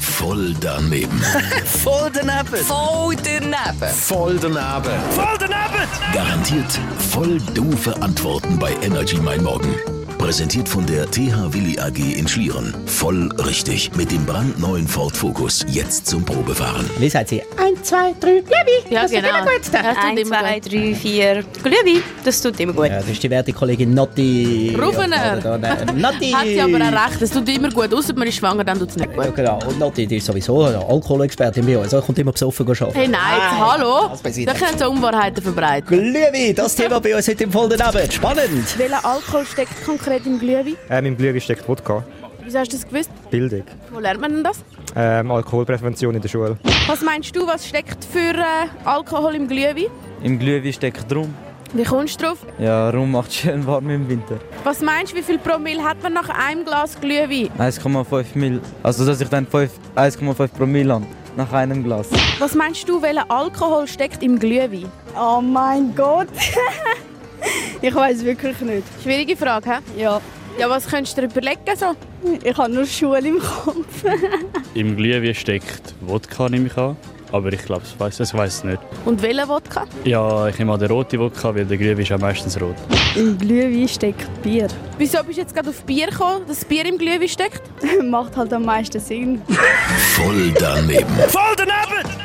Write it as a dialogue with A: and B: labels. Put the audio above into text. A: Voll daneben.
B: Voll daneben.
C: Voll daneben.
A: Voll daneben.
B: Voll daneben.
A: Garantiert voll doofe Antworten bei Energy Mein Morgen. Präsentiert von der TH Willi AG in Schlieren. Voll richtig. Mit dem brandneuen Ford Focus. Jetzt zum Probefahren.
B: Wie sagt sie?
D: 1, 2, 3, Glöbi.
E: Ja,
D: das
E: genau.
D: ist wieder gut.
E: Das tut
C: Eins,
E: immer
C: zwei,
E: gut.
C: drei, vier. Glühwein, das tut immer gut.
B: Ja, das ist die werte Kollegin Notti.
E: Rufener.
B: Oder- oder- oder- Notti.
E: Hat sie aber auch recht, es tut immer gut. Außer man ist schwanger, dann tut es nicht
B: Ja,
E: gut.
B: genau. Und Notti, die ist sowieso eine Alkoholexpertin bei uns. Er kommt immer besoffen arbeiten.
E: Hey, nein, jetzt, hallo.
B: das weiß ich
E: Da
B: nicht.
E: können so Unwahrheiten verbreiten.
B: Glühwein, das Thema bei uns heute im Voll daneben. Spannend.
F: Welcher Alkohol steckt konkret im Glühwein?
G: Ähm, Im Glühwein steckt Wodka.
F: Wieso hast du das gewusst?
G: Bildung.
E: Wo lernt man denn das?
G: Ähm, Alkoholprävention in der Schule.
F: Was meinst du, was steckt für äh, Alkohol im Glühwein?
H: Im Glühwein steckt Rum.
F: Wie kommst du drauf?
H: Ja, Rum macht schön warm im Winter.
F: Was meinst du, wie viel Promille hat man nach einem Glas Glühwein?
H: 1,5 Mil. Also, dass ich dann fünf- 1,5 Promille habe. Nach einem Glas.
F: Was meinst du, welcher Alkohol steckt im Glühwein?
I: Oh mein Gott. ich weiß wirklich nicht.
F: Schwierige Frage, hä?
I: Ja,
F: Ja, was könntest du dir überlegen so?
I: ich habe nur Schule im Kopf.
J: Im Glühwein steckt Wodka, nehme ich an. Aber ich glaube, ich weiß es weiss nicht.
E: Und welchen Wodka?
J: Ja, ich nehme an den roten Wodka, weil der Glühwein ist ja meistens rot.
I: Im Glühwein steckt Bier.
E: Wieso bist du jetzt gerade auf Bier gekommen, dass Bier im Glühwein steckt?
I: Macht halt am meisten Sinn.
A: Voll daneben.
B: Voll daneben.